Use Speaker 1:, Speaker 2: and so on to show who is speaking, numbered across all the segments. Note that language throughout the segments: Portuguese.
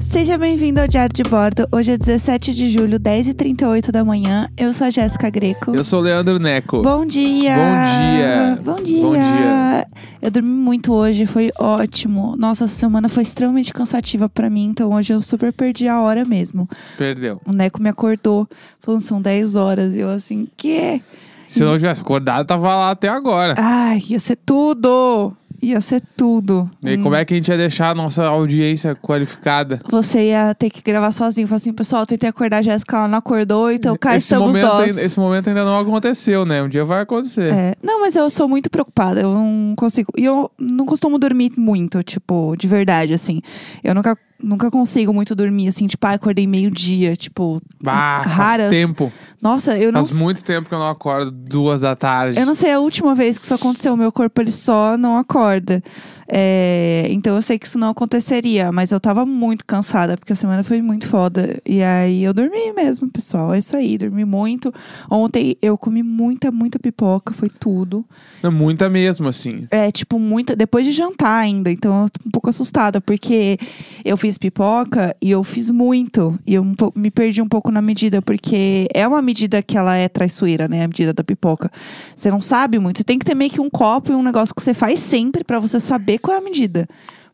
Speaker 1: Seja bem-vindo ao Diário de Bordo. Hoje é 17 de julho, 10h38 da manhã. Eu sou a Jéssica Greco.
Speaker 2: Eu sou o Leandro Neco.
Speaker 1: Bom dia!
Speaker 2: Bom dia!
Speaker 1: Bom dia!
Speaker 2: Bom dia.
Speaker 1: Eu dormi muito hoje, foi ótimo. Nossa, essa semana foi extremamente cansativa pra mim, então hoje eu super perdi a hora mesmo.
Speaker 2: Perdeu.
Speaker 1: O Neco me acordou, falando são 10 horas. E eu assim, quê?
Speaker 2: Se eu não tivesse acordado, tava lá até agora.
Speaker 1: Ai, ia ser tudo! Ia ser tudo.
Speaker 2: E aí, como é que a gente ia deixar a nossa audiência qualificada?
Speaker 1: Você ia ter que gravar sozinho. Falar assim, pessoal, eu tentei acordar a Jéssica, ela não acordou, então cá
Speaker 2: esse,
Speaker 1: estamos
Speaker 2: momento,
Speaker 1: nós.
Speaker 2: ainda- esse momento ainda não aconteceu, né? Um dia vai acontecer.
Speaker 1: É, Não, mas eu sou muito preocupada. Eu não consigo. E eu não costumo dormir muito, tipo, de verdade, assim. Eu nunca, nunca consigo muito dormir, assim, tipo, ah, acordei meio-dia, tipo.
Speaker 2: Bah,
Speaker 1: raras.
Speaker 2: faz tempo.
Speaker 1: Nossa, eu não.
Speaker 2: Faz muito tempo que eu não acordo duas da tarde.
Speaker 1: Eu não sei a última vez que isso aconteceu. O meu corpo, ele só não acorda. É, então eu sei que isso não aconteceria, mas eu tava muito cansada, porque a semana foi muito foda. E aí eu dormi mesmo, pessoal. É isso aí, dormi muito. Ontem eu comi muita, muita pipoca, foi tudo.
Speaker 2: É Muita mesmo, assim.
Speaker 1: É, tipo, muita. Depois de jantar ainda. Então eu tô um pouco assustada, porque eu fiz pipoca e eu fiz muito. E eu um po- me perdi um pouco na medida, porque é uma medida que ela é traiçoeira, né? A medida da pipoca. Você não sabe muito. Você tem que ter meio que um copo e um negócio que você faz sempre pra você saber qual é a medida.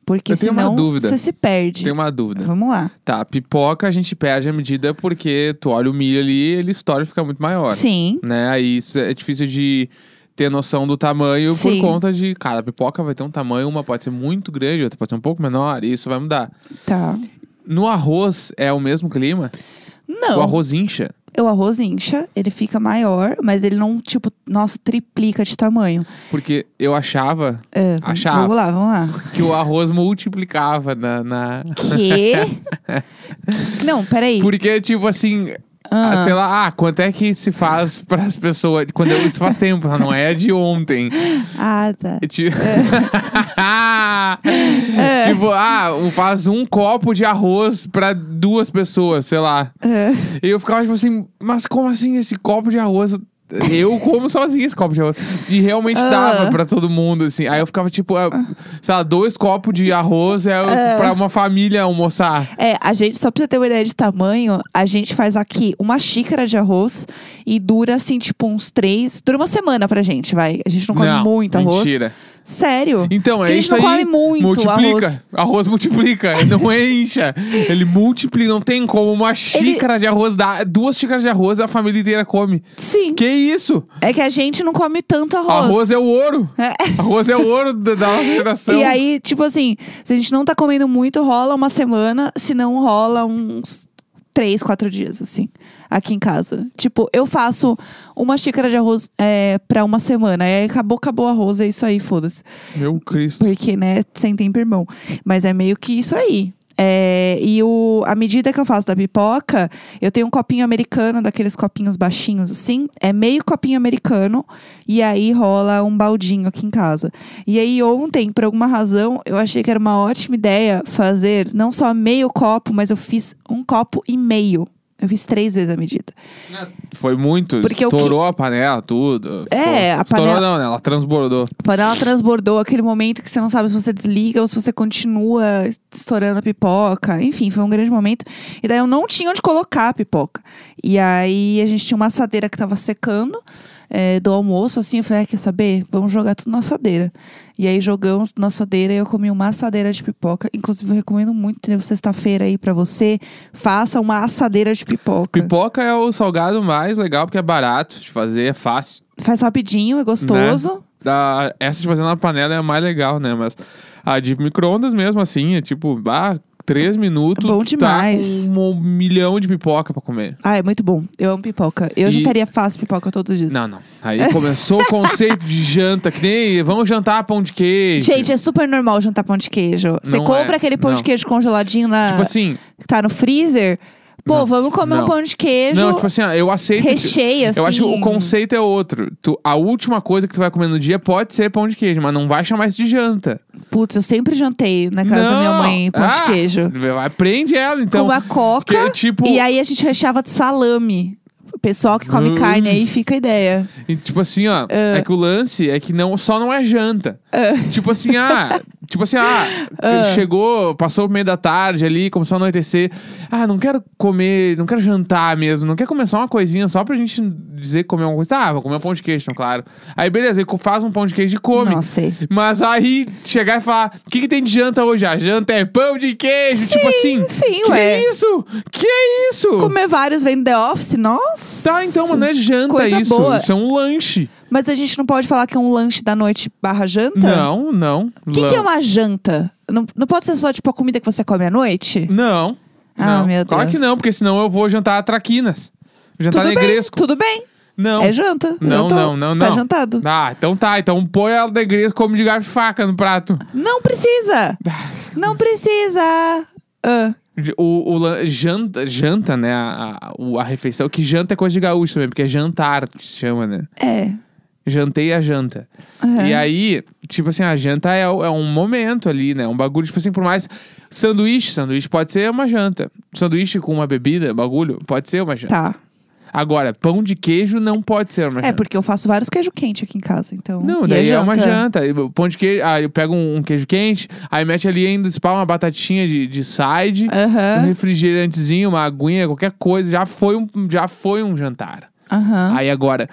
Speaker 1: Porque
Speaker 2: Eu tenho uma
Speaker 1: senão
Speaker 2: dúvida.
Speaker 1: você se perde.
Speaker 2: Tem uma dúvida.
Speaker 1: Vamos lá.
Speaker 2: Tá, pipoca a gente perde a medida porque tu olha o milho ali, ele estoura e fica muito maior.
Speaker 1: Sim.
Speaker 2: né? Aí isso é difícil de ter noção do tamanho
Speaker 1: Sim.
Speaker 2: por conta de, cara, a pipoca vai ter um tamanho, uma pode ser muito grande, outra pode ser um pouco menor, e isso vai mudar.
Speaker 1: Tá.
Speaker 2: No arroz é o mesmo clima?
Speaker 1: Não.
Speaker 2: O arroz incha?
Speaker 1: O arroz incha, ele fica maior, mas ele não, tipo, nossa, triplica de tamanho.
Speaker 2: Porque eu achava
Speaker 1: É,
Speaker 2: Achava.
Speaker 1: Vamos lá, vamos lá.
Speaker 2: que o arroz multiplicava na, na-
Speaker 1: Quê? Não, peraí.
Speaker 2: Porque, tipo assim,
Speaker 1: Ah,
Speaker 2: ah, sei lá, ah, quanto é que se faz para as pessoas. Quando eu- isso faz tempo, não é de ontem.
Speaker 1: ah, tá.
Speaker 2: É ti- Tipo, ah, um- faz um copo de arroz pra duas pessoas, sei lá.
Speaker 1: É.
Speaker 2: E eu ficava tipo assim, mas como assim esse copo de arroz? Eu como sozinho esse copo de arroz. E realmente
Speaker 1: Ah.
Speaker 2: dava pra todo mundo, assim. Aí eu ficava tipo, ah, sei lá, dois copos de arroz é pra uma família almoçar.
Speaker 1: É, a gente, só pra você ter uma ideia de tamanho, a gente faz aqui uma xícara de arroz e dura, assim, tipo, uns três. Dura uma semana pra gente, vai. A gente não come muito arroz.
Speaker 2: mentira.
Speaker 1: Sério.
Speaker 2: Então,
Speaker 1: Porque
Speaker 2: é
Speaker 1: a gente
Speaker 2: isso
Speaker 1: não
Speaker 2: aí.
Speaker 1: come muito
Speaker 2: multiplica.
Speaker 1: arroz.
Speaker 2: multiplica, ele não encha. Ele multiplica, não tem como uma xícara de arroz dar. Duas xícaras de arroz a família inteira come.
Speaker 1: Sim.
Speaker 2: Que isso?
Speaker 1: É que a gente não come tanto arroz.
Speaker 2: Arroz é o ouro.
Speaker 1: É.
Speaker 2: Arroz é o ouro da, da nossa geração.
Speaker 1: E aí, tipo assim, se a gente não tá comendo muito, rola uma semana, se não rola uns três, quatro dias, assim, aqui em casa. Tipo, eu faço uma xícara de arroz é, pra uma semana. E aí acabou, acabou o arroz, é isso aí, foda-se.
Speaker 2: Meu Cristo.
Speaker 1: Porque, né, sem tempo, irmão. Mas é meio que isso aí. É, e o, a medida que eu faço da pipoca, eu tenho um copinho americano, daqueles copinhos baixinhos assim. É meio copinho americano. E aí rola um baldinho aqui em casa. E aí ontem, por alguma razão, eu achei que era uma ótima ideia fazer não só meio copo, mas eu fiz um copo e meio. Eu fiz três vezes a medida.
Speaker 2: Foi muito.
Speaker 1: Porque o
Speaker 2: Estourou a panela, tudo.
Speaker 1: É,
Speaker 2: Ficou-
Speaker 1: a
Speaker 2: Estourou
Speaker 1: panela-
Speaker 2: não, né? Ela transbordou.
Speaker 1: A panela transbordou aquele momento que você não sabe se você desliga ou se você continua estourando a pipoca. Enfim, foi um grande momento. E daí eu não tinha onde colocar a pipoca. E aí a gente tinha uma assadeira que tava secando eh, do almoço, assim. Eu falei, ah, quer saber? Vamos jogar tudo na assadeira. E aí jogamos na assadeira e eu comi uma assadeira de pipoca. Inclusive, eu recomendo muito, entendeu? Sexta-feira aí pra você, faça uma assadeira de pipoca.
Speaker 2: Pipoca é o salgado mais legal porque é barato de fazer, é fácil.
Speaker 1: Faz rapidinho, é gostoso.
Speaker 2: da- essa de fazer na panela é a mais legal, né? Mas a de micro-ondas mesmo, assim, é tipo, ah, três minutos.
Speaker 1: É Bom
Speaker 2: tá
Speaker 1: demais.
Speaker 2: com um milhão de pipoca pra comer.
Speaker 1: Ah, é muito bom. Eu amo pipoca. Eu
Speaker 2: E-
Speaker 1: jantaria fácil pipoca todos os dias.
Speaker 2: Não, não. Aí começou o conceito de janta, que nem vamos jantar pão de queijo.
Speaker 1: Gente, é super normal jantar pão de queijo. Você
Speaker 2: Não
Speaker 1: compra
Speaker 2: é,
Speaker 1: aquele pão
Speaker 2: não.
Speaker 1: de queijo congeladinho na,
Speaker 2: tipo assim,
Speaker 1: que tá no freezer. Pô,
Speaker 2: Não,
Speaker 1: vamos comer um
Speaker 2: não.
Speaker 1: pão de queijo,
Speaker 2: não, tipo assim, ó, eu aceito. que-
Speaker 1: recheia, assim.
Speaker 2: Eu acho que o conceito é outro. Tu, a última coisa que tu vai comer no dia pode ser pão de queijo, mas não vai chamar isso de janta.
Speaker 1: Putz, eu sempre jantei na casa da minha
Speaker 2: Não!
Speaker 1: mãe pão
Speaker 2: Ah,
Speaker 1: de queijo.
Speaker 2: Aprende ela, então.
Speaker 1: com a
Speaker 2: Que
Speaker 1: coca.
Speaker 2: é tipo,
Speaker 1: E aí a gente recheava de salame. O pessoal que come
Speaker 2: Hum.
Speaker 1: carne aí fica a ideia. É.
Speaker 2: E, tipo assim, ó, é que o lance é que não, só não é janta. Tipo assim, ah, Tipo assim, ah,
Speaker 1: Ah.
Speaker 2: chegou, passou o meio da tarde ali, começou a anoitecer. Ah, não quero comer, não quero jantar mesmo. Não quer começar uma coisinha só pra gente dizer que comer alguma coisa. Ah, vou comer um pão de queijo, então, claro. Aí, beleza, aí faz um pão de queijo e come.
Speaker 1: Não sei.
Speaker 2: Mas aí chegar e falar: o que, que tem de janta hoje? A janta é pão de queijo. tipo assim.
Speaker 1: Sim,
Speaker 2: que
Speaker 1: ué.
Speaker 2: isso? Que isso?
Speaker 1: Comer vários vendo The Office, nossa.
Speaker 2: Tá, então, mas não é janta
Speaker 1: Coisa
Speaker 2: isso.
Speaker 1: boa.
Speaker 2: Isso é um lanche.
Speaker 1: Mas a gente não pode falar que é um lanche da noite barra janta?
Speaker 2: Não, não.
Speaker 1: O Tá. que, que é uma janta? Não, não pode ser só, tipo, a comida que você come à noite?
Speaker 2: Não.
Speaker 1: Ah,
Speaker 2: não.
Speaker 1: meu
Speaker 2: Claro
Speaker 1: Deus.
Speaker 2: que não, porque senão eu vou jantar traquinas. Jantar
Speaker 1: tudo
Speaker 2: negresco.
Speaker 1: bem, tudo bem.
Speaker 2: Tá Não.
Speaker 1: É janta.
Speaker 2: Não,
Speaker 1: Jantou.
Speaker 2: não, não,
Speaker 1: Tá
Speaker 2: não.
Speaker 1: jantado.
Speaker 2: Ah, então tá. Então põe a negresco, come de garfo e faca no prato.
Speaker 1: Não precisa. Não precisa. Ah,
Speaker 2: O, o lan- janta, janta, né? A, a- o- a refeição, que janta é coisa de gaúcho também, porque é jantar que se chama, né?
Speaker 1: é. Ah,
Speaker 2: Jantei a janta.
Speaker 1: Aham.
Speaker 2: E aí, tipo assim, a janta é, o- é um momento ali, né? Um bagulho, tipo assim, por mais. Sanduíche, sanduíche pode ser uma janta. Sanduíche com uma bebida, bagulho, pode ser uma janta.
Speaker 1: Tá.
Speaker 2: Agora, pão de queijo não pode ser uma
Speaker 1: É,
Speaker 2: janta.
Speaker 1: porque eu faço vários queijo quente aqui em casa, então.
Speaker 2: Não,
Speaker 1: E
Speaker 2: daí
Speaker 1: é,
Speaker 2: é uma janta. E Pão de queijo, aí eu pego um, um queijo quente, aí mete ali ainda, se pá, uma batatinha de, de side, um
Speaker 1: Aham.
Speaker 2: refrigerantezinho, uma aguinha, qualquer coisa. Já foi um, já foi um jantar.
Speaker 1: Aham.
Speaker 2: Aí agora,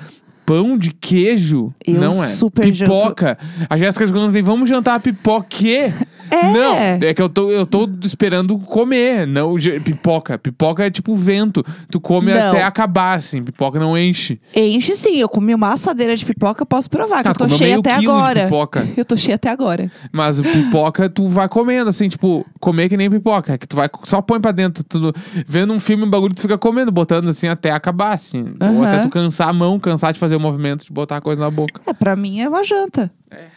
Speaker 2: pão de queijo
Speaker 1: Ah. Eu
Speaker 2: não é.
Speaker 1: super janto.
Speaker 2: pipoca. A Jéssica quando vem, vamos jantar pipoquê?
Speaker 1: É.
Speaker 2: Não, é que eu tô, eu tô esperando comer, não ge- pipoca. Pipoca é tipo vento. Tu come
Speaker 1: Não.
Speaker 2: até acabar, assim. Pipoca não enche.
Speaker 1: Enche sim, eu comi uma assadeira de pipoca, posso provar,
Speaker 2: Tá,
Speaker 1: que eu tô
Speaker 2: comeu
Speaker 1: cheia
Speaker 2: meio
Speaker 1: até
Speaker 2: quilo de
Speaker 1: agora.
Speaker 2: pipoca.
Speaker 1: Eu tô cheia até agora.
Speaker 2: Mas pipoca, tu vai comendo, assim, tipo, comer que nem pipoca. Que tu vai, só põe pra dentro. Tu, não- vendo um filme, um bagulho, tu fica comendo, botando assim até acabar, assim. Ou
Speaker 1: Aham.
Speaker 2: até tu cansar a mão, cansar de fazer o movimento, de botar a coisa na boca.
Speaker 1: É, pra mim é uma janta.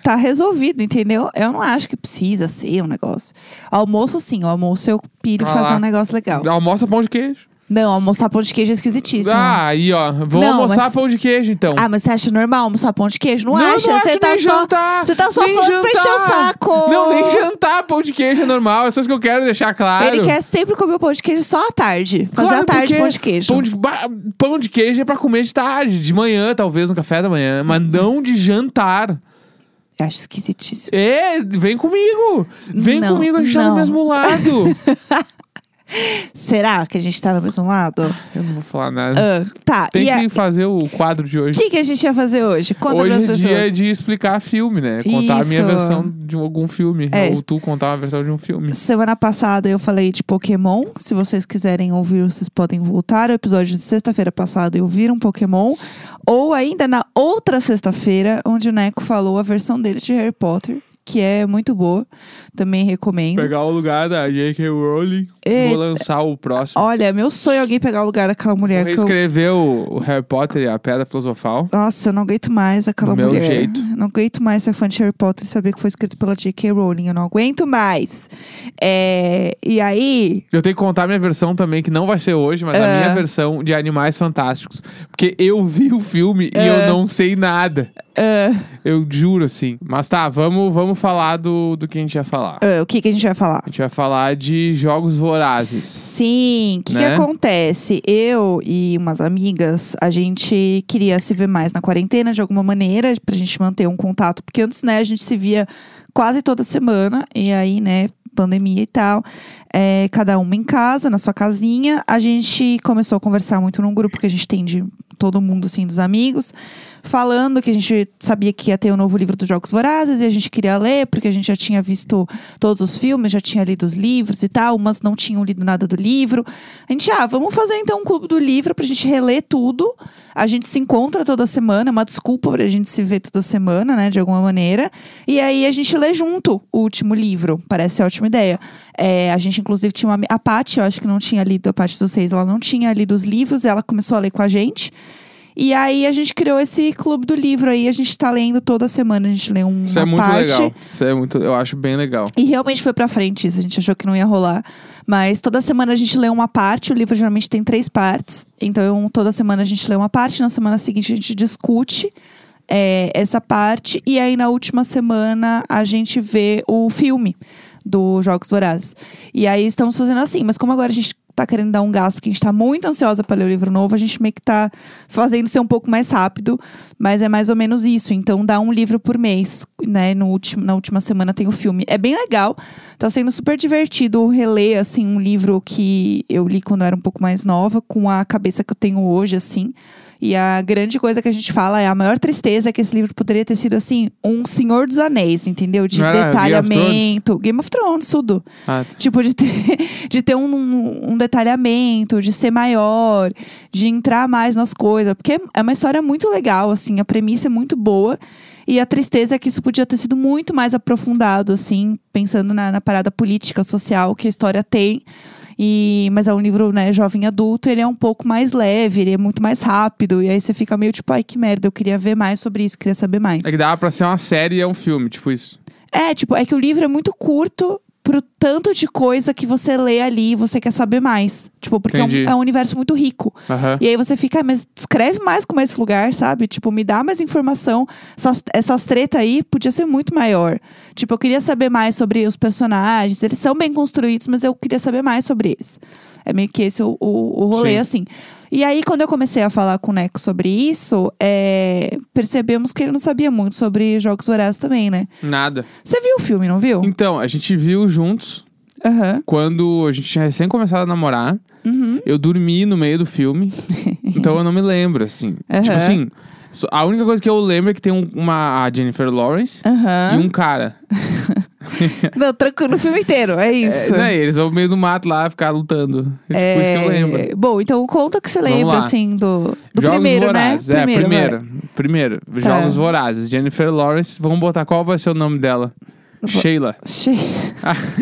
Speaker 1: Tá resolvido, entendeu? Eu não acho que precisa ser um negócio. Almoço, sim, o almoço eu piro
Speaker 2: Ah
Speaker 1: fazer
Speaker 2: lá.
Speaker 1: um negócio legal.
Speaker 2: Almoça pão de queijo.
Speaker 1: Não, almoçar pão de queijo é esquisitíssimo.
Speaker 2: Ah, aí, ó. Vamos
Speaker 1: Não,
Speaker 2: almoçar
Speaker 1: mas-
Speaker 2: pão de queijo, então.
Speaker 1: Ah, mas você acha normal almoçar pão de queijo? Não,
Speaker 2: não
Speaker 1: acha?
Speaker 2: acho
Speaker 1: Você tá
Speaker 2: nem
Speaker 1: só.
Speaker 2: jantar,
Speaker 1: Você tá só
Speaker 2: nem
Speaker 1: falando pra encher o
Speaker 2: jantar.
Speaker 1: saco.
Speaker 2: Não, nem jantar pão de queijo é normal. É só isso que eu quero deixar claro.
Speaker 1: Ele quer sempre comer o pão de queijo só à tarde. Fazer
Speaker 2: Claro,
Speaker 1: à tarde
Speaker 2: porque
Speaker 1: pão de queijo.
Speaker 2: Pão de, ba- pão de queijo é pra comer de tarde, de manhã, talvez, no café da manhã, mas
Speaker 1: Uhum.
Speaker 2: não de jantar.
Speaker 1: Eu acho esquisitíssimo.
Speaker 2: É, vem comigo. Vem
Speaker 1: Não,
Speaker 2: comigo, a gente tá no
Speaker 1: não.
Speaker 2: mesmo lado.
Speaker 1: Será que a gente tá no mesmo lado?
Speaker 2: eu não vou falar nada.
Speaker 1: Ah, tá.
Speaker 2: Tem
Speaker 1: e
Speaker 2: que
Speaker 1: a-
Speaker 2: fazer o quadro de
Speaker 1: O
Speaker 2: hoje.
Speaker 1: que, que a gente ia fazer hoje? Conta
Speaker 2: hoje
Speaker 1: pras
Speaker 2: é
Speaker 1: pessoas.
Speaker 2: dia de explicar filme, né? Contar a minha
Speaker 1: Isso.
Speaker 2: versão de algum filme.
Speaker 1: É.
Speaker 2: Ou tu contar uma versão de um filme.
Speaker 1: Semana passada eu falei de Pokémon. Se vocês quiserem ouvir, vocês podem voltar. O episódio de sexta-feira passada eu vi um Pokémon. Ou ainda na outra sexta-feira, onde o Neco falou a versão dele de Harry Potter, que é muito boa. Também recomendo.
Speaker 2: Pegar o lugar da J.K. Rowling.
Speaker 1: Eita.
Speaker 2: Vou lançar o próximo.
Speaker 1: Olha, meu sonho é alguém pegar o lugar daquela mulher que eu.
Speaker 2: Reescreveu o Harry Potter e a Pedra Filosofal.
Speaker 1: Nossa, eu não aguento mais aquela
Speaker 2: Do meu
Speaker 1: mulher.
Speaker 2: jeito.
Speaker 1: Não aguento mais ser fã de Harry Potter e saber que foi escrito pela J.K. Rowling. Eu não aguento mais. É, E aí,
Speaker 2: Eu tenho que contar minha versão também, que não vai ser hoje, mas a
Speaker 1: É.
Speaker 2: minha versão de Animais Fantásticos. Porque eu vi o filme e
Speaker 1: É.
Speaker 2: eu não sei nada.
Speaker 1: ah,
Speaker 2: Eu juro, assim. Mas tá, vamos, vamos falar do, do que a gente ia falar.
Speaker 1: ah, o que, que a gente vai falar?
Speaker 2: A gente vai falar de Jogos Vorazes.
Speaker 1: Sim, o que,
Speaker 2: Né?
Speaker 1: que acontece? Eu e umas amigas, a gente queria se ver mais na quarentena de alguma maneira, pra gente manter um contato. Porque antes, né, a gente se via quase toda semana, e aí, né, pandemia e tal. é, cada uma em casa, na sua casinha. A gente começou a conversar muito num grupo que a gente tem de todo mundo, assim, dos amigos. Falando que a gente sabia que ia ter o novo livro dos Jogos Vorazes e a gente queria ler, porque a gente já tinha visto todos os filmes, já tinha lido os livros e tal, umas não tinham lido nada do livro. A gente, ah, vamos fazer então um clube do livro pra gente reler tudo. A gente se encontra toda semana, é uma desculpa pra gente se ver toda semana, né, de alguma maneira. E aí a gente lê junto o último livro, parece a ótima ideia. É, a gente, inclusive, tinha uma. ami- A Paty, eu acho que não tinha lido, a Paty dos Seis, ela não tinha lido os livros, ela começou a ler com a gente. E aí a gente criou esse clube do livro aí, a gente tá lendo toda semana, a gente lê um.
Speaker 2: Isso é
Speaker 1: uma
Speaker 2: muito
Speaker 1: parte.
Speaker 2: legal. Isso é muito, eu acho bem legal.
Speaker 1: E realmente foi pra frente isso, a gente achou que não ia rolar. Mas toda semana a gente lê uma parte, o livro geralmente tem três partes. Então toda semana a gente lê uma parte, na semana seguinte a gente discute é, essa parte. E aí na última semana a gente vê o filme do Jogos Vorazes. E aí estamos fazendo assim, mas como agora a gente tá querendo dar um gás, porque a gente tá muito ansiosa pra ler o livro novo, a gente meio que tá fazendo ser um pouco mais rápido, mas é mais ou menos isso. Então dá um livro por mês, né? No último, na última semana tem o filme. É bem legal, tá sendo super divertido reler, assim, um livro que eu li quando eu era um pouco mais nova, com a cabeça que eu tenho hoje, assim. E a grande coisa que a gente fala é a maior tristeza é que esse livro poderia ter sido, assim, um Senhor dos Anéis, entendeu? De
Speaker 2: Não era Game of
Speaker 1: detalhamento. Game of Thrones, tudo.
Speaker 2: Ah, tá.
Speaker 1: Tipo, de ter, de ter um, um detalhamento, de ser maior, de entrar mais nas coisas. Porque é uma história muito legal, assim, a premissa é muito boa. E a tristeza é que isso podia ter sido muito mais aprofundado, assim, pensando na, na parada política, social que a história tem. E, mas é um livro, né, jovem adulto, ele é um pouco mais leve, ele é muito mais rápido. E aí você fica meio tipo, ai, que merda, eu queria ver mais sobre isso, queria saber mais.
Speaker 2: É que dava pra ser uma série e é um filme, tipo isso.
Speaker 1: É, tipo, é que o livro é muito curto pro tanto de coisa que você lê ali e você quer saber mais. Tipo, porque é um,
Speaker 2: Entendi.
Speaker 1: é um universo muito rico.
Speaker 2: Aham.
Speaker 1: E aí você fica, "Ah, mas escreve mais como esse lugar, sabe? Tipo, me dá mais informação. Essas, essas tretas aí podia ser muito maior. Tipo, eu queria saber mais sobre os personagens. Eles são bem construídos, mas eu queria saber mais sobre eles. É meio que esse o, o, o rolê,
Speaker 2: Sim.
Speaker 1: assim. E aí, quando eu comecei a falar com o Neco sobre isso, é, percebemos que ele não sabia muito sobre Jogos Vorazes também, né?
Speaker 2: Nada.
Speaker 1: Você viu o filme, não viu?
Speaker 2: Então, a gente viu juntos
Speaker 1: Aham.
Speaker 2: quando a gente tinha recém começado a namorar.
Speaker 1: Uhum.
Speaker 2: Eu dormi no meio do filme, então eu não me lembro, assim.
Speaker 1: Aham.
Speaker 2: Tipo assim, so- a única coisa que eu lembro é que tem um- uma a Jennifer Lawrence
Speaker 1: Aham.
Speaker 2: e um cara.
Speaker 1: Não, tranquilo, no filme inteiro, é isso.
Speaker 2: É, né, eles vão no meio do mato lá ficar lutando. É, tipo isso que eu lembro.
Speaker 1: Bom, então conta o que você
Speaker 2: Vamos
Speaker 1: lembra,
Speaker 2: lá.
Speaker 1: assim, do, do
Speaker 2: Jogos
Speaker 1: primeiro,
Speaker 2: Vorazes.
Speaker 1: né?
Speaker 2: É,
Speaker 1: vai.
Speaker 2: primeiro. Primeiro,
Speaker 1: Tá.
Speaker 2: Jogos Vorazes. Jennifer Lawrence, vamos botar qual vai ser o nome dela? Sheila.
Speaker 1: Achei.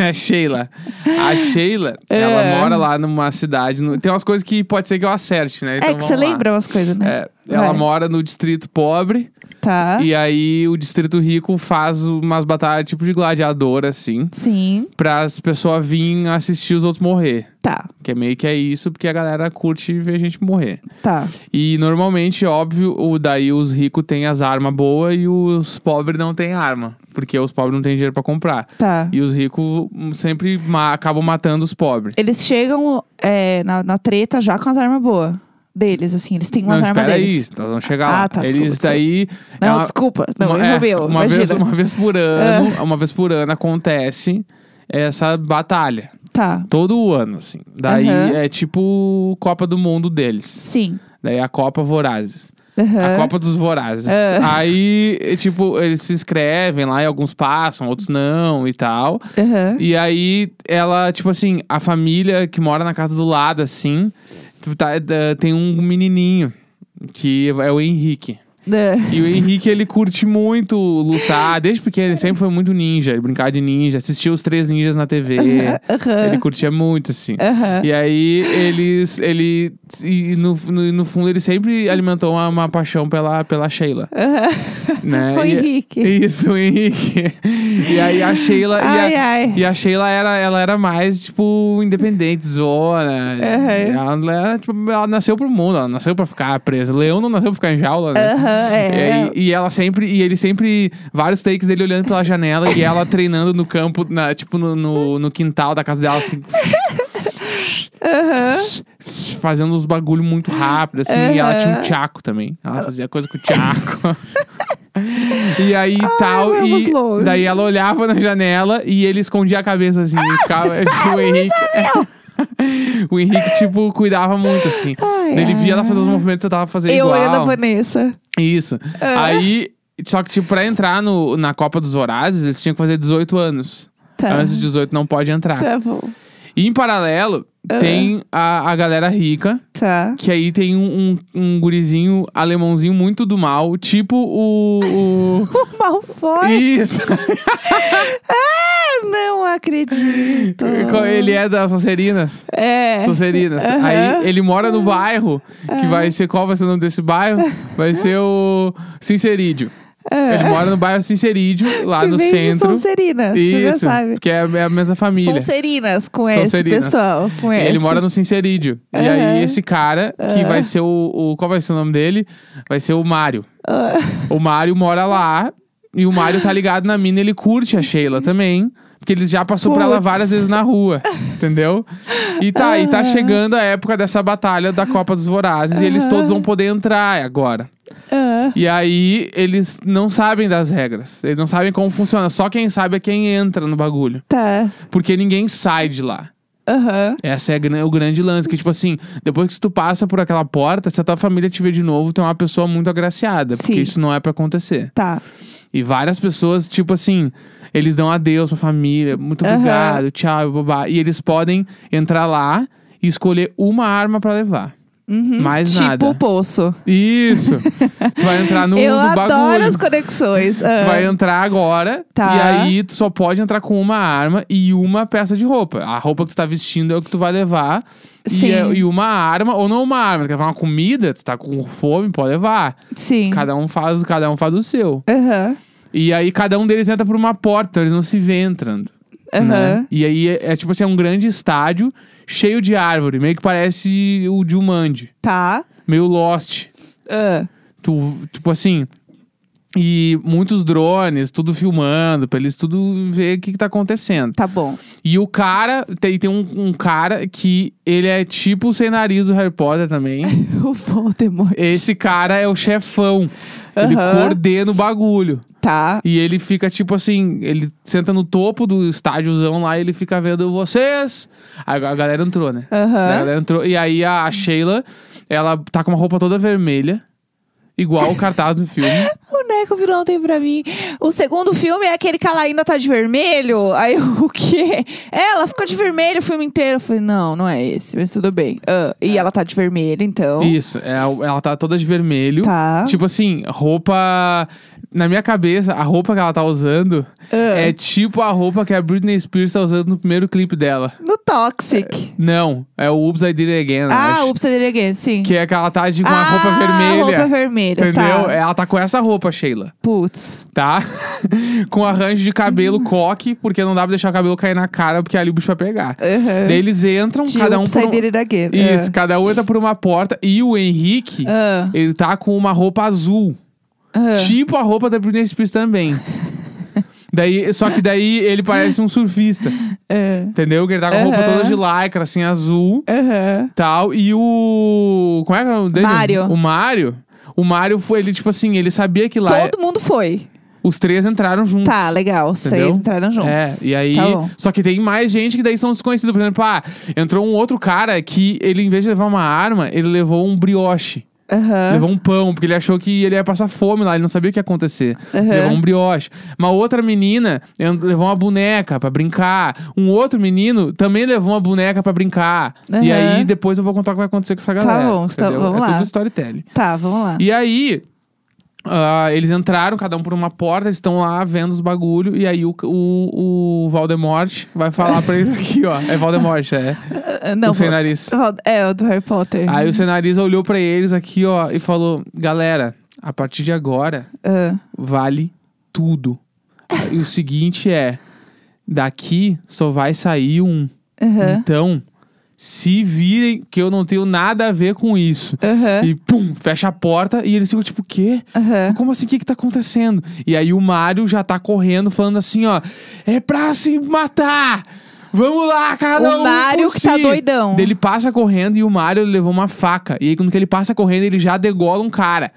Speaker 2: A Sheila. A Sheila,
Speaker 1: É.
Speaker 2: ela mora lá numa cidade. no- Tem umas coisas que pode ser que eu acerte, né? Então
Speaker 1: é que você
Speaker 2: vamos lá.
Speaker 1: lembra umas coisas, né?
Speaker 2: É, ela
Speaker 1: Vai.
Speaker 2: mora no distrito pobre
Speaker 1: Tá.
Speaker 2: e aí o distrito rico faz umas batalhas tipo de gladiador, assim,
Speaker 1: Sim,
Speaker 2: pra as pessoas virem assistir os outros morrer.
Speaker 1: tá,
Speaker 2: Que é meio que é isso, porque a galera curte ver gente morrer.
Speaker 1: tá.
Speaker 2: E normalmente, óbvio, o daí os ricos têm as armas boas e os pobres não têm arma. Porque os pobres não têm dinheiro pra comprar.
Speaker 1: Tá.
Speaker 2: E os ricos hum, sempre ma- acabam matando os pobres.
Speaker 1: Eles chegam é, na, na treta já com as armas boas deles, assim. Eles têm umas
Speaker 2: não,
Speaker 1: armas
Speaker 2: espera aí,
Speaker 1: deles.
Speaker 2: então vão chegar
Speaker 1: Ah,
Speaker 2: lá.
Speaker 1: tá,
Speaker 2: Eles
Speaker 1: desculpa, desculpa.
Speaker 2: daí... é
Speaker 1: Não,
Speaker 2: uma-
Speaker 1: desculpa. Não,
Speaker 2: uma,
Speaker 1: eu
Speaker 2: é,
Speaker 1: é, meu,
Speaker 2: uma
Speaker 1: imagina. É.
Speaker 2: vez, uma vez por ano, uma vez por ano acontece essa batalha.
Speaker 1: Tá,
Speaker 2: Todo ano, assim. Daí
Speaker 1: Aham.
Speaker 2: é tipo Copa do Mundo deles.
Speaker 1: sim.
Speaker 2: Daí a Copa Vorazes.
Speaker 1: Aham.
Speaker 2: A Copa dos Vorazes.
Speaker 1: Ah.
Speaker 2: Aí, é, tipo, eles se inscrevem lá e alguns passam, outros não e tal.
Speaker 1: Aham.
Speaker 2: E aí, ela, tipo assim, a família que mora na casa do lado, assim, tá- tá- tem um menininho que é o Henrique.
Speaker 1: É.
Speaker 2: E o Henrique, ele curte muito lutar. Desde pequeno, ele sempre foi muito ninja. Ele brincava de ninja, assistia os três ninjas na TV.
Speaker 1: Aham.
Speaker 2: Ele curtia muito, assim.
Speaker 1: Aham.
Speaker 2: E aí, eles... Ele, e no, no, no fundo, ele sempre alimentou uma, uma paixão pela, pela Sheila,
Speaker 1: Aham.
Speaker 2: né?
Speaker 1: O
Speaker 2: E-
Speaker 1: Henrique.
Speaker 2: Isso, o Henrique. E aí, a Sheila...
Speaker 1: Ai,
Speaker 2: e a,
Speaker 1: ai.
Speaker 2: e a Sheila era, ela era mais, tipo, independente, zona.
Speaker 1: Aham.
Speaker 2: Ela, ela, tipo, ela nasceu pro mundo, ela nasceu pra ficar presa. Leão não nasceu pra ficar em jaula, né?
Speaker 1: Aham, é.
Speaker 2: E, aí- e ela sempre, e ele sempre, vários takes dele olhando pela janela e ela treinando no campo, na, tipo no, no, no quintal da casa dela, assim. Fazendo uns bagulho muito rápido, assim. E ela tinha um
Speaker 1: Aham.
Speaker 2: tchaco também. Ela fazia coisa com o tchaco. e aí tal.
Speaker 1: vamos
Speaker 2: E
Speaker 1: longe.
Speaker 2: daí ela olhava na janela e ele escondia a cabeça, assim. e ficava,
Speaker 1: É
Speaker 2: tipo, o Henrique. o Henrique, tipo, cuidava muito, assim.
Speaker 1: Ai,
Speaker 2: Daí ele via ela
Speaker 1: ai.
Speaker 2: fazer os movimentos, eu tava fazendo
Speaker 1: Eu
Speaker 2: igual.
Speaker 1: olhando a É. Vanessa.
Speaker 2: Isso. Aí, só que, tipo, pra entrar no, na Copa dos Vorazes, eles tinham que fazer 18 anos.
Speaker 1: Tá.
Speaker 2: Antes dos 18 não pode entrar.
Speaker 1: Tá Ah. bom.
Speaker 2: E em paralelo, tem a, a galera rica,
Speaker 1: Tá.
Speaker 2: que aí tem um, um, um gurizinho alemãozinho muito do mal, tipo o. o-
Speaker 1: O Malfoy?
Speaker 2: Isso!
Speaker 1: Ah, não acredito.
Speaker 2: Ele é das Socirinas.
Speaker 1: É.
Speaker 2: Socirinas.
Speaker 1: Aham.
Speaker 2: Aí ele mora no bairro, que vai ser. Qual vai ser o nome desse bairro? Vai ser o Sincerídio. Ele mora no bairro Sincerídio, lá
Speaker 1: É. Que
Speaker 2: no
Speaker 1: vem de
Speaker 2: centro.
Speaker 1: Sonserina, você já
Speaker 2: Isso,
Speaker 1: sabe.
Speaker 2: porque é a é a mesma família.
Speaker 1: Sonserinas com
Speaker 2: Sonserinas.
Speaker 1: esse pessoal. Com É, esse.
Speaker 2: Ele mora no Sincerídio. E
Speaker 1: Aham.
Speaker 2: aí, esse cara, que vai ser o, o- Qual vai ser o nome dele? Vai ser o Mário.
Speaker 1: Ah,
Speaker 2: O Mário mora lá. E o Mário tá ligado na mina, ele curte a Sheila também. Porque Porque eles já passou por ela
Speaker 1: Putz. Ah.
Speaker 2: várias vezes na rua, entendeu? E tá, e tá chegando a época dessa batalha da Copa dos Vorazes e eles todos vão poder entrar agora.
Speaker 1: Ah.
Speaker 2: E aí eles não sabem das regras, eles não sabem como funciona, só quem sabe é quem entra no bagulho,
Speaker 1: Tá.
Speaker 2: porque ninguém sai de lá.
Speaker 1: Aham.
Speaker 2: Essa é a gran- o grande lance, que tipo assim, depois que tu passa por aquela porta, se a tua família te vê de novo, tu é uma pessoa muito agraciada, porque
Speaker 1: Sim.
Speaker 2: isso não é pra acontecer.
Speaker 1: Tá.
Speaker 2: E várias pessoas, tipo assim, eles dão adeus pra família, muito
Speaker 1: Aham.
Speaker 2: obrigado, tchau, babá. E eles podem entrar lá e escolher uma arma pra levar.
Speaker 1: Uhum.
Speaker 2: Mais
Speaker 1: tipo
Speaker 2: nada.
Speaker 1: o poço.
Speaker 2: Isso! tu vai entrar no,
Speaker 1: Eu
Speaker 2: no
Speaker 1: adoro
Speaker 2: bagulho.
Speaker 1: as conexões. Ah.
Speaker 2: Tu vai entrar agora
Speaker 1: Tá.
Speaker 2: e aí tu só pode entrar com uma arma e uma peça de roupa. A roupa que tu tá vestindo é o que tu vai levar.
Speaker 1: Sim.
Speaker 2: E, é- e uma arma, ou não uma arma, tu quer levar uma comida, tu tá com fome, pode levar.
Speaker 1: Sim.
Speaker 2: Cada um faz, cada um faz o seu.
Speaker 1: Aham.
Speaker 2: E aí cada um deles entra por uma porta, eles não se vê entrando.
Speaker 1: Aham.
Speaker 2: né? E aí é, é tipo assim, é um grande estádio cheio de árvore, meio que parece o Jumanji,
Speaker 1: Tá.
Speaker 2: meio Lost.
Speaker 1: Ah.
Speaker 2: Tu, tipo assim. E muitos drones, tudo filmando, pra eles tudo ver o que, que tá acontecendo.
Speaker 1: Tá bom.
Speaker 2: E o cara, tem, tem um, um cara que ele é tipo o sem nariz do Harry Potter também.
Speaker 1: O Voldemort.
Speaker 2: Esse cara é o chefão. Ele
Speaker 1: Aham.
Speaker 2: coordena o bagulho.
Speaker 1: Tá.
Speaker 2: E ele fica tipo assim, ele senta no topo do estádiozão lá e ele fica vendo vocês. A, a galera entrou, né?
Speaker 1: Aham.
Speaker 2: A galera entrou. E aí a, a Sheila, ela tá com uma roupa toda vermelha, igual o cartaz do filme.
Speaker 1: O Neco virou ontem pra mim. O segundo filme é aquele que ela ainda tá de vermelho. Aí eu, o quê? Ela ficou de vermelho o filme inteiro. Eu falei, não, não é esse, mas tudo bem. Ah, e ela tá de vermelho, então.
Speaker 2: Isso, é, ela tá toda de vermelho.
Speaker 1: Tá.
Speaker 2: Tipo assim, roupa. Na minha cabeça, a roupa que ela tá usando
Speaker 1: Ah.
Speaker 2: é tipo a roupa que a Britney Spears tá usando no primeiro clipe dela.
Speaker 1: No Toxic.
Speaker 2: Não, é o Oops I Did It Again, eu
Speaker 1: ah,
Speaker 2: acho.
Speaker 1: o Upside Down Again, sim.
Speaker 2: Que é que ela tá de uma
Speaker 1: ah,
Speaker 2: roupa vermelha.
Speaker 1: roupa vermelha,
Speaker 2: Entendeu?
Speaker 1: tá.
Speaker 2: Ela tá com essa roupa, Sheila,
Speaker 1: Putz.
Speaker 2: tá? com arranjo de cabelo coque, porque não dá pra deixar o cabelo cair na cara, porque ali o bicho vai pegar.
Speaker 1: Uhum.
Speaker 2: Daí eles entram,
Speaker 1: de
Speaker 2: cada um. por
Speaker 1: Upside
Speaker 2: um-
Speaker 1: Down Again.
Speaker 2: Isso, cada um entra por uma porta. E o Henrique,
Speaker 1: É. Ah.
Speaker 2: ele tá com uma roupa azul.
Speaker 1: Ah.
Speaker 2: Tipo a roupa da Britney Spears também. daí, só que daí ele parece um surfista.
Speaker 1: Ah.
Speaker 2: Entendeu? Que ele tá com a roupa
Speaker 1: Aham.
Speaker 2: toda de lycra, assim, azul.
Speaker 1: Aham.
Speaker 2: Tal. E o... Como é que é o nome dele?
Speaker 1: Mário.
Speaker 2: O Mário. O Mário foi, ele, tipo assim, ele sabia que lá...
Speaker 1: Todo mundo foi.
Speaker 2: Os três entraram juntos.
Speaker 1: Tá, legal. Os
Speaker 2: Entendeu?
Speaker 1: três entraram juntos.
Speaker 2: É, e aí.
Speaker 1: Tá bom.
Speaker 2: só que tem mais gente que daí são desconhecidos. Por exemplo, ah, entrou um outro cara que ele, em vez de levar uma arma, ele levou um brioche.
Speaker 1: Aham.
Speaker 2: Levou um pão, porque ele achou que ele ia passar fome lá, ele não sabia o que ia acontecer.
Speaker 1: Aham.
Speaker 2: Levou um brioche. Uma outra menina en- levou uma boneca pra brincar. Um outro menino também levou uma boneca pra brincar. E
Speaker 1: Aham.
Speaker 2: aí depois eu vou contar o que vai acontecer com essa galera.
Speaker 1: bom, tá-
Speaker 2: entendeu?
Speaker 1: vamos
Speaker 2: é
Speaker 1: lá.
Speaker 2: tudo storytelling.
Speaker 1: Tá, vamos lá.
Speaker 2: E aí, ah, eles entraram, cada um por uma porta, eles estão lá vendo os bagulho. E aí o, o, o Valdemort vai falar pra eles aqui, ó. É Valdemort, é.
Speaker 1: Ah, Não,
Speaker 2: o sem
Speaker 1: vou-
Speaker 2: nariz.
Speaker 1: Rod- É, o do Harry Potter.
Speaker 2: Aí o cenário olhou pra eles aqui, ó, e falou: Galera, a partir de agora
Speaker 1: Ah.
Speaker 2: vale tudo. E o seguinte é: daqui só vai sair um.
Speaker 1: Aham.
Speaker 2: Então, se virem que eu não tenho nada a ver com isso.
Speaker 1: Aham.
Speaker 2: E pum, fecha a porta e eles ficam tipo, o quê?
Speaker 1: Aham.
Speaker 2: Como assim? O que que tá acontecendo? E aí o Mário já tá correndo, falando assim, ó. É pra se matar! Vamos lá, cada
Speaker 1: O
Speaker 2: um
Speaker 1: Mário
Speaker 2: por
Speaker 1: que tá
Speaker 2: si!"
Speaker 1: doidão.
Speaker 2: Daí Ele passa correndo e o Mário ele levou uma faca. E aí, quando que ele passa correndo, ele já degola um cara.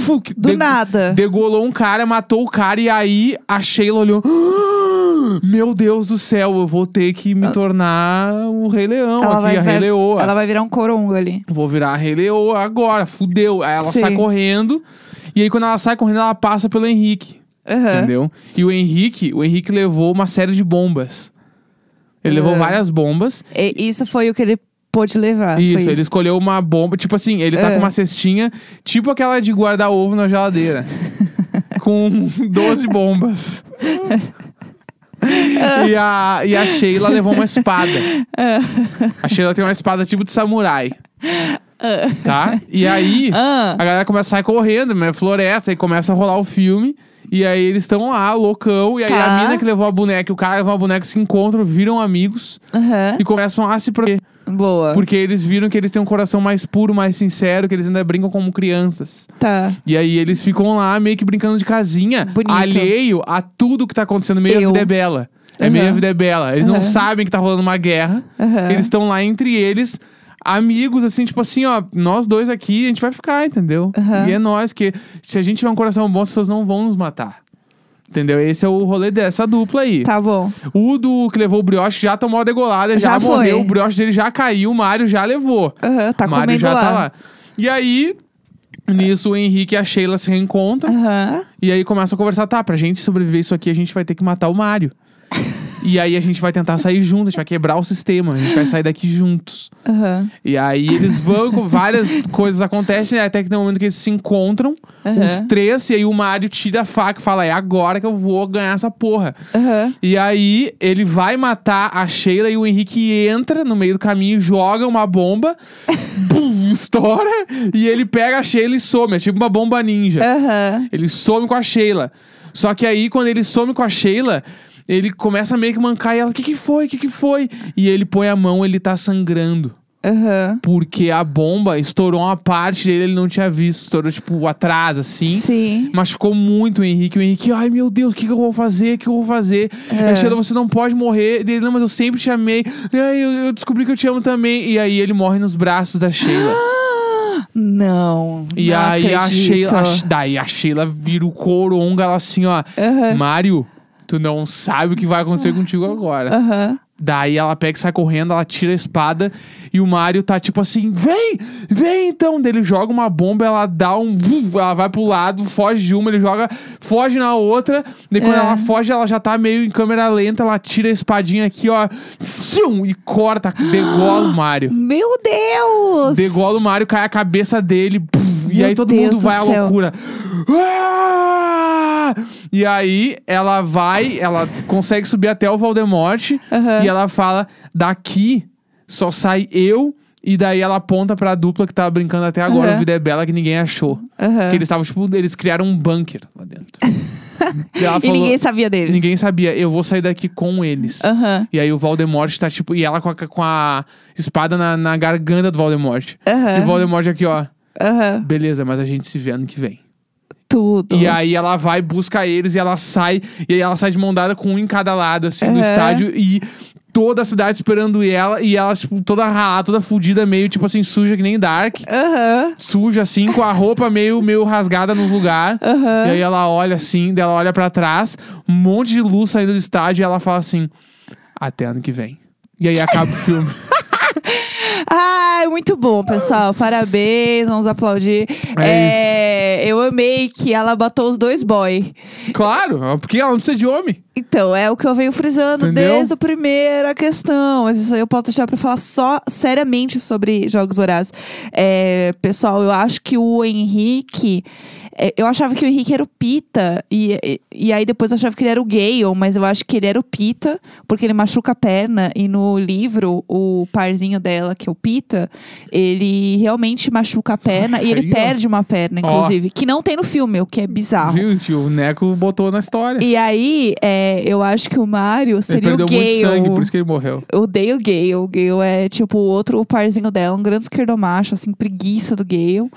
Speaker 2: Fuc,
Speaker 1: Do nada.
Speaker 2: Degolou um cara, matou o cara. E aí a Sheila olhou. "Ah, Meu Deus do céu, eu vou ter que me tornar um Rei Leão
Speaker 1: Ela
Speaker 2: aqui, ah.
Speaker 1: vai,
Speaker 2: a
Speaker 1: vai-
Speaker 2: Rei Leoa.
Speaker 1: ela vai virar um corongo ali.
Speaker 2: Vou virar Rei Leoa agora, fudeu. Aí ela
Speaker 1: Sim.
Speaker 2: sai correndo. E aí, quando ela sai correndo, ela passa pelo Henrique.
Speaker 1: Aham.
Speaker 2: Entendeu? E o Henrique, o Henrique levou uma série de bombas. Ele levou
Speaker 1: Ah.
Speaker 2: várias bombas.
Speaker 1: E isso foi o que ele pôde levar.
Speaker 2: Isso,
Speaker 1: Ah, foi
Speaker 2: ele escolheu uma bomba. Tipo assim, ele tá
Speaker 1: É.
Speaker 2: com uma cestinha, tipo aquela de guardar ovo na geladeira. com 12 bombas. e, a, e a Sheila levou uma espada. a Sheila tem uma espada tipo de samurai. tá? E aí,
Speaker 1: Ah.
Speaker 2: a galera começa a sair correndo, né? Floresta, e começa a rolar o filme. E aí eles estão lá, loucão. E aí
Speaker 1: Tá.
Speaker 2: a mina que levou a boneca e o cara que levou a boneca se encontram, viram amigos
Speaker 1: Aham.
Speaker 2: e começam a se proteger.
Speaker 1: Boa.
Speaker 2: Porque eles viram que eles têm um coração mais puro, mais sincero, que eles ainda brincam como crianças.
Speaker 1: Tá.
Speaker 2: E aí eles ficam lá meio que brincando de casinha,
Speaker 1: Bonito.
Speaker 2: alheio a tudo que tá acontecendo, meio
Speaker 1: Eu.
Speaker 2: a vida é bela. É meio
Speaker 1: Aham.
Speaker 2: a vida é bela. Eles não
Speaker 1: Aham.
Speaker 2: sabem que tá rolando uma guerra.
Speaker 1: Aham.
Speaker 2: Eles estão lá entre eles, amigos, assim, tipo assim, ó, nós dois aqui, a gente vai ficar, entendeu?
Speaker 1: Aham.
Speaker 2: E é nós, que se a gente tiver um coração bom, as pessoas não vão nos matar. Entendeu? Esse é o rolê dessa dupla aí.
Speaker 1: Tá bom.
Speaker 2: O do que levou o brioche já tomou a degolada, já,
Speaker 1: Já foi.
Speaker 2: morreu, o brioche dele já caiu, o Mário já levou.
Speaker 1: Aham, tá
Speaker 2: o Mário
Speaker 1: comendo
Speaker 2: já
Speaker 1: lá.
Speaker 2: tá lá. E aí, nisso, o Henrique e a Sheila se reencontram.
Speaker 1: Aham.
Speaker 2: E aí começam a conversar, tá, pra gente sobreviver isso aqui, a gente vai ter que matar o Mário. e aí a gente vai tentar sair junto, a gente vai quebrar o sistema, a gente vai sair daqui juntos.
Speaker 1: Aham.
Speaker 2: E aí eles vão, com várias coisas acontecem, até que tem um momento que eles se encontram,
Speaker 1: Aham.
Speaker 2: os três, e aí o Mário tira a faca e fala, é agora que eu vou ganhar essa porra.
Speaker 1: Aham.
Speaker 2: E aí ele vai matar a Sheila e o Henrique entra no meio do caminho, joga uma bomba, bum, estoura, e ele pega a Sheila e some, é tipo uma bomba ninja.
Speaker 1: É. Aham.
Speaker 2: Ele some com a Sheila. Só que aí, quando ele some com a Sheila, ele começa a meio que mancar e ela, o que, que foi? O que, que foi? E ele põe a mão, ele tá sangrando.
Speaker 1: Aham.
Speaker 2: Porque a bomba estourou uma parte dele, ele não tinha visto. Estourou, tipo, atrás, assim.
Speaker 1: Sim.
Speaker 2: Machucou muito o Henrique. O Henrique, ai meu Deus, o que, que eu vou fazer? O que eu vou fazer?
Speaker 1: É.
Speaker 2: E A Sheila, você não pode morrer. E Ele, não, mas eu sempre te amei. Ai, eu, eu descobri que eu te amo também. E aí ele morre nos braços da Sheila.
Speaker 1: Ah, Não.
Speaker 2: E
Speaker 1: não
Speaker 2: aí a
Speaker 1: acredito.
Speaker 2: Sheila, a, She- daí a Sheila vira o coronga, ela assim, ó.
Speaker 1: Aham.
Speaker 2: Mário, tu não sabe o que vai acontecer contigo agora.
Speaker 1: Aham.
Speaker 2: Daí ela pega e sai correndo, ela tira a espada e o Mário tá tipo assim: vem, vem então. Daí ele joga uma bomba, ela dá um. vuf, Ela vai pro lado, foge de uma, ele joga, foge na outra. Daí quando
Speaker 1: É.
Speaker 2: ela foge, ela já tá meio em câmera lenta, ela tira a espadinha aqui, ó, zium, e corta, degola o Mário.
Speaker 1: Meu Deus!
Speaker 2: Degola o Mario, cai a cabeça dele. puf, e
Speaker 1: Meu
Speaker 2: aí todo
Speaker 1: Deus
Speaker 2: mundo
Speaker 1: do
Speaker 2: vai à
Speaker 1: céu.
Speaker 2: loucura. Ah! E aí ela vai, ela consegue subir até o Valdemorte.
Speaker 1: Aham.
Speaker 2: E ela fala: daqui só sai eu. E daí ela aponta pra dupla que tava brincando até agora,
Speaker 1: Aham.
Speaker 2: o Vida é Bela, que ninguém achou.
Speaker 1: Aham.
Speaker 2: Que eles estavam, tipo, eles criaram um bunker lá dentro. e ela
Speaker 1: E ninguém sabia deles.
Speaker 2: ninguém sabia, eu vou sair daqui com eles.
Speaker 1: Aham.
Speaker 2: E aí o Voldemort tá tipo. E ela com a, com a espada na, na garganta do Voldemort. E o
Speaker 1: Aham.
Speaker 2: Voldemort aqui, ó.
Speaker 1: Aham.
Speaker 2: Beleza, mas a gente se vê ano que vem.
Speaker 1: Tudo.
Speaker 2: E aí ela vai, busca eles e ela sai. E aí ela sai de mão dada com um em cada lado, assim, do
Speaker 1: Aham.
Speaker 2: estádio. E toda a cidade esperando ela. E ela, tipo, toda ralada, toda fudida, meio, tipo assim, suja que nem Dark.
Speaker 1: Aham.
Speaker 2: Suja, assim, com a roupa meio, meio rasgada nos lugar.
Speaker 1: Aham.
Speaker 2: E aí ela olha assim, daí ela olha pra trás, um monte de luz saindo do estádio e ela fala assim: até ano que vem. E aí acaba o filme.
Speaker 1: Ai, muito bom, pessoal. Parabéns, vamos aplaudir.
Speaker 2: É
Speaker 1: eu amei que ela botou os dois boy.
Speaker 2: Claro, é porque ela não precisa de homem.
Speaker 1: Então, é o que eu venho frisando
Speaker 2: Entendeu?
Speaker 1: desde a primeira questão. Mas isso aí eu posso deixar pra falar só seriamente sobre Jogos Vorazes. É, pessoal, eu acho que o Henrique. é, eu achava que o Henrique era o Pita. E, e, e aí depois eu achava que ele era o Gale, mas eu acho que ele era o Pita, porque ele machuca a perna. E no livro, o parzinho dela, que é o Pita, ele realmente machuca a perna e
Speaker 2: Aí,
Speaker 1: ele
Speaker 2: ó.
Speaker 1: perde uma perna,
Speaker 2: Ó.
Speaker 1: inclusive. Que não tem no filme, o que é bizarro.
Speaker 2: Viu, tio? O Neco botou na história.
Speaker 1: E aí, é, eu acho que o Mario
Speaker 2: ele
Speaker 1: seria
Speaker 2: perdeu
Speaker 1: o Gale.
Speaker 2: muito sangue, por isso que ele morreu.
Speaker 1: Eu odeio o Gale. O Gale é tipo o outro o parzinho dela, um grande esquerdomacho, assim, preguiça do Gale.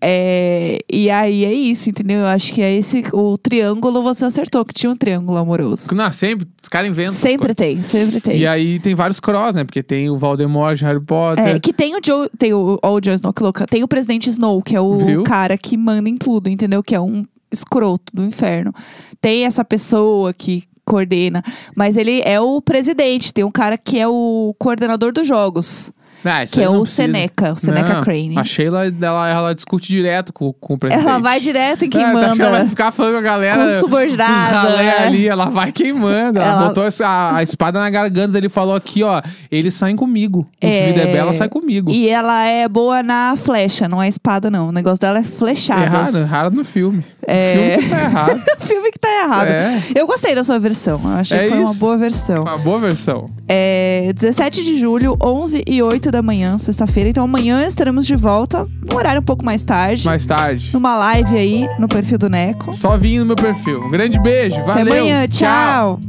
Speaker 1: É, e aí é isso, entendeu? Eu acho que é esse o triângulo você acertou, que tinha um triângulo amoroso.
Speaker 2: Não, sempre, os caras inventam.
Speaker 1: Sempre
Speaker 2: as
Speaker 1: tem, sempre
Speaker 2: coisas.
Speaker 1: tem.
Speaker 2: E aí tem vários cross, né? Porque tem o Voldemort, Harry
Speaker 1: É,
Speaker 2: Potter.
Speaker 1: que tem o Joe, tem o, ó, o Jon Snow, que é louca. Tem o presidente Snow, que é o
Speaker 2: Viu?
Speaker 1: cara que manda em tudo, entendeu? Que é um escroto do inferno. Tem essa pessoa que coordena, mas ele é o presidente, tem um cara que é o coordenador dos jogos,
Speaker 2: Ah, isso
Speaker 1: que
Speaker 2: aí
Speaker 1: é
Speaker 2: não
Speaker 1: o
Speaker 2: precisa.
Speaker 1: Seneca, o Seneca
Speaker 2: Não,
Speaker 1: Crane.
Speaker 2: A Sheila, ela, ela discute direto com, com o presidente.
Speaker 1: Ela vai direto em quem
Speaker 2: É, tá achando que ela vai
Speaker 1: manda.
Speaker 2: ficar falando com a galera.
Speaker 1: Com subordinada,
Speaker 2: os ralé
Speaker 1: né?
Speaker 2: ali, ela vai queimando. Ela,
Speaker 1: Ela-
Speaker 2: botou essa- a, a espada na garganta dele e falou aqui, ó. Eles saem comigo. Os
Speaker 1: É.
Speaker 2: vida é bela sai comigo.
Speaker 1: E ela é boa na flecha, não é espada, não. O negócio dela é flechadas.
Speaker 2: Errado, errado no filme.
Speaker 1: É.
Speaker 2: O filme que tá errado.
Speaker 1: Filme que tá errado.
Speaker 2: É.
Speaker 1: Eu gostei da sua versão. Eu achei
Speaker 2: É
Speaker 1: que foi uma
Speaker 2: isso.
Speaker 1: boa versão.
Speaker 2: Uma boa versão.
Speaker 1: É 17 de julho, 11 e 8 da manhã, sexta-feira. Então amanhã estaremos de volta, um horário um pouco mais tarde,
Speaker 2: Mais tarde.
Speaker 1: numa live aí no perfil do Neco.
Speaker 2: Só vim no meu perfil. Um grande beijo. Valeu.
Speaker 1: Até amanhã, tchau.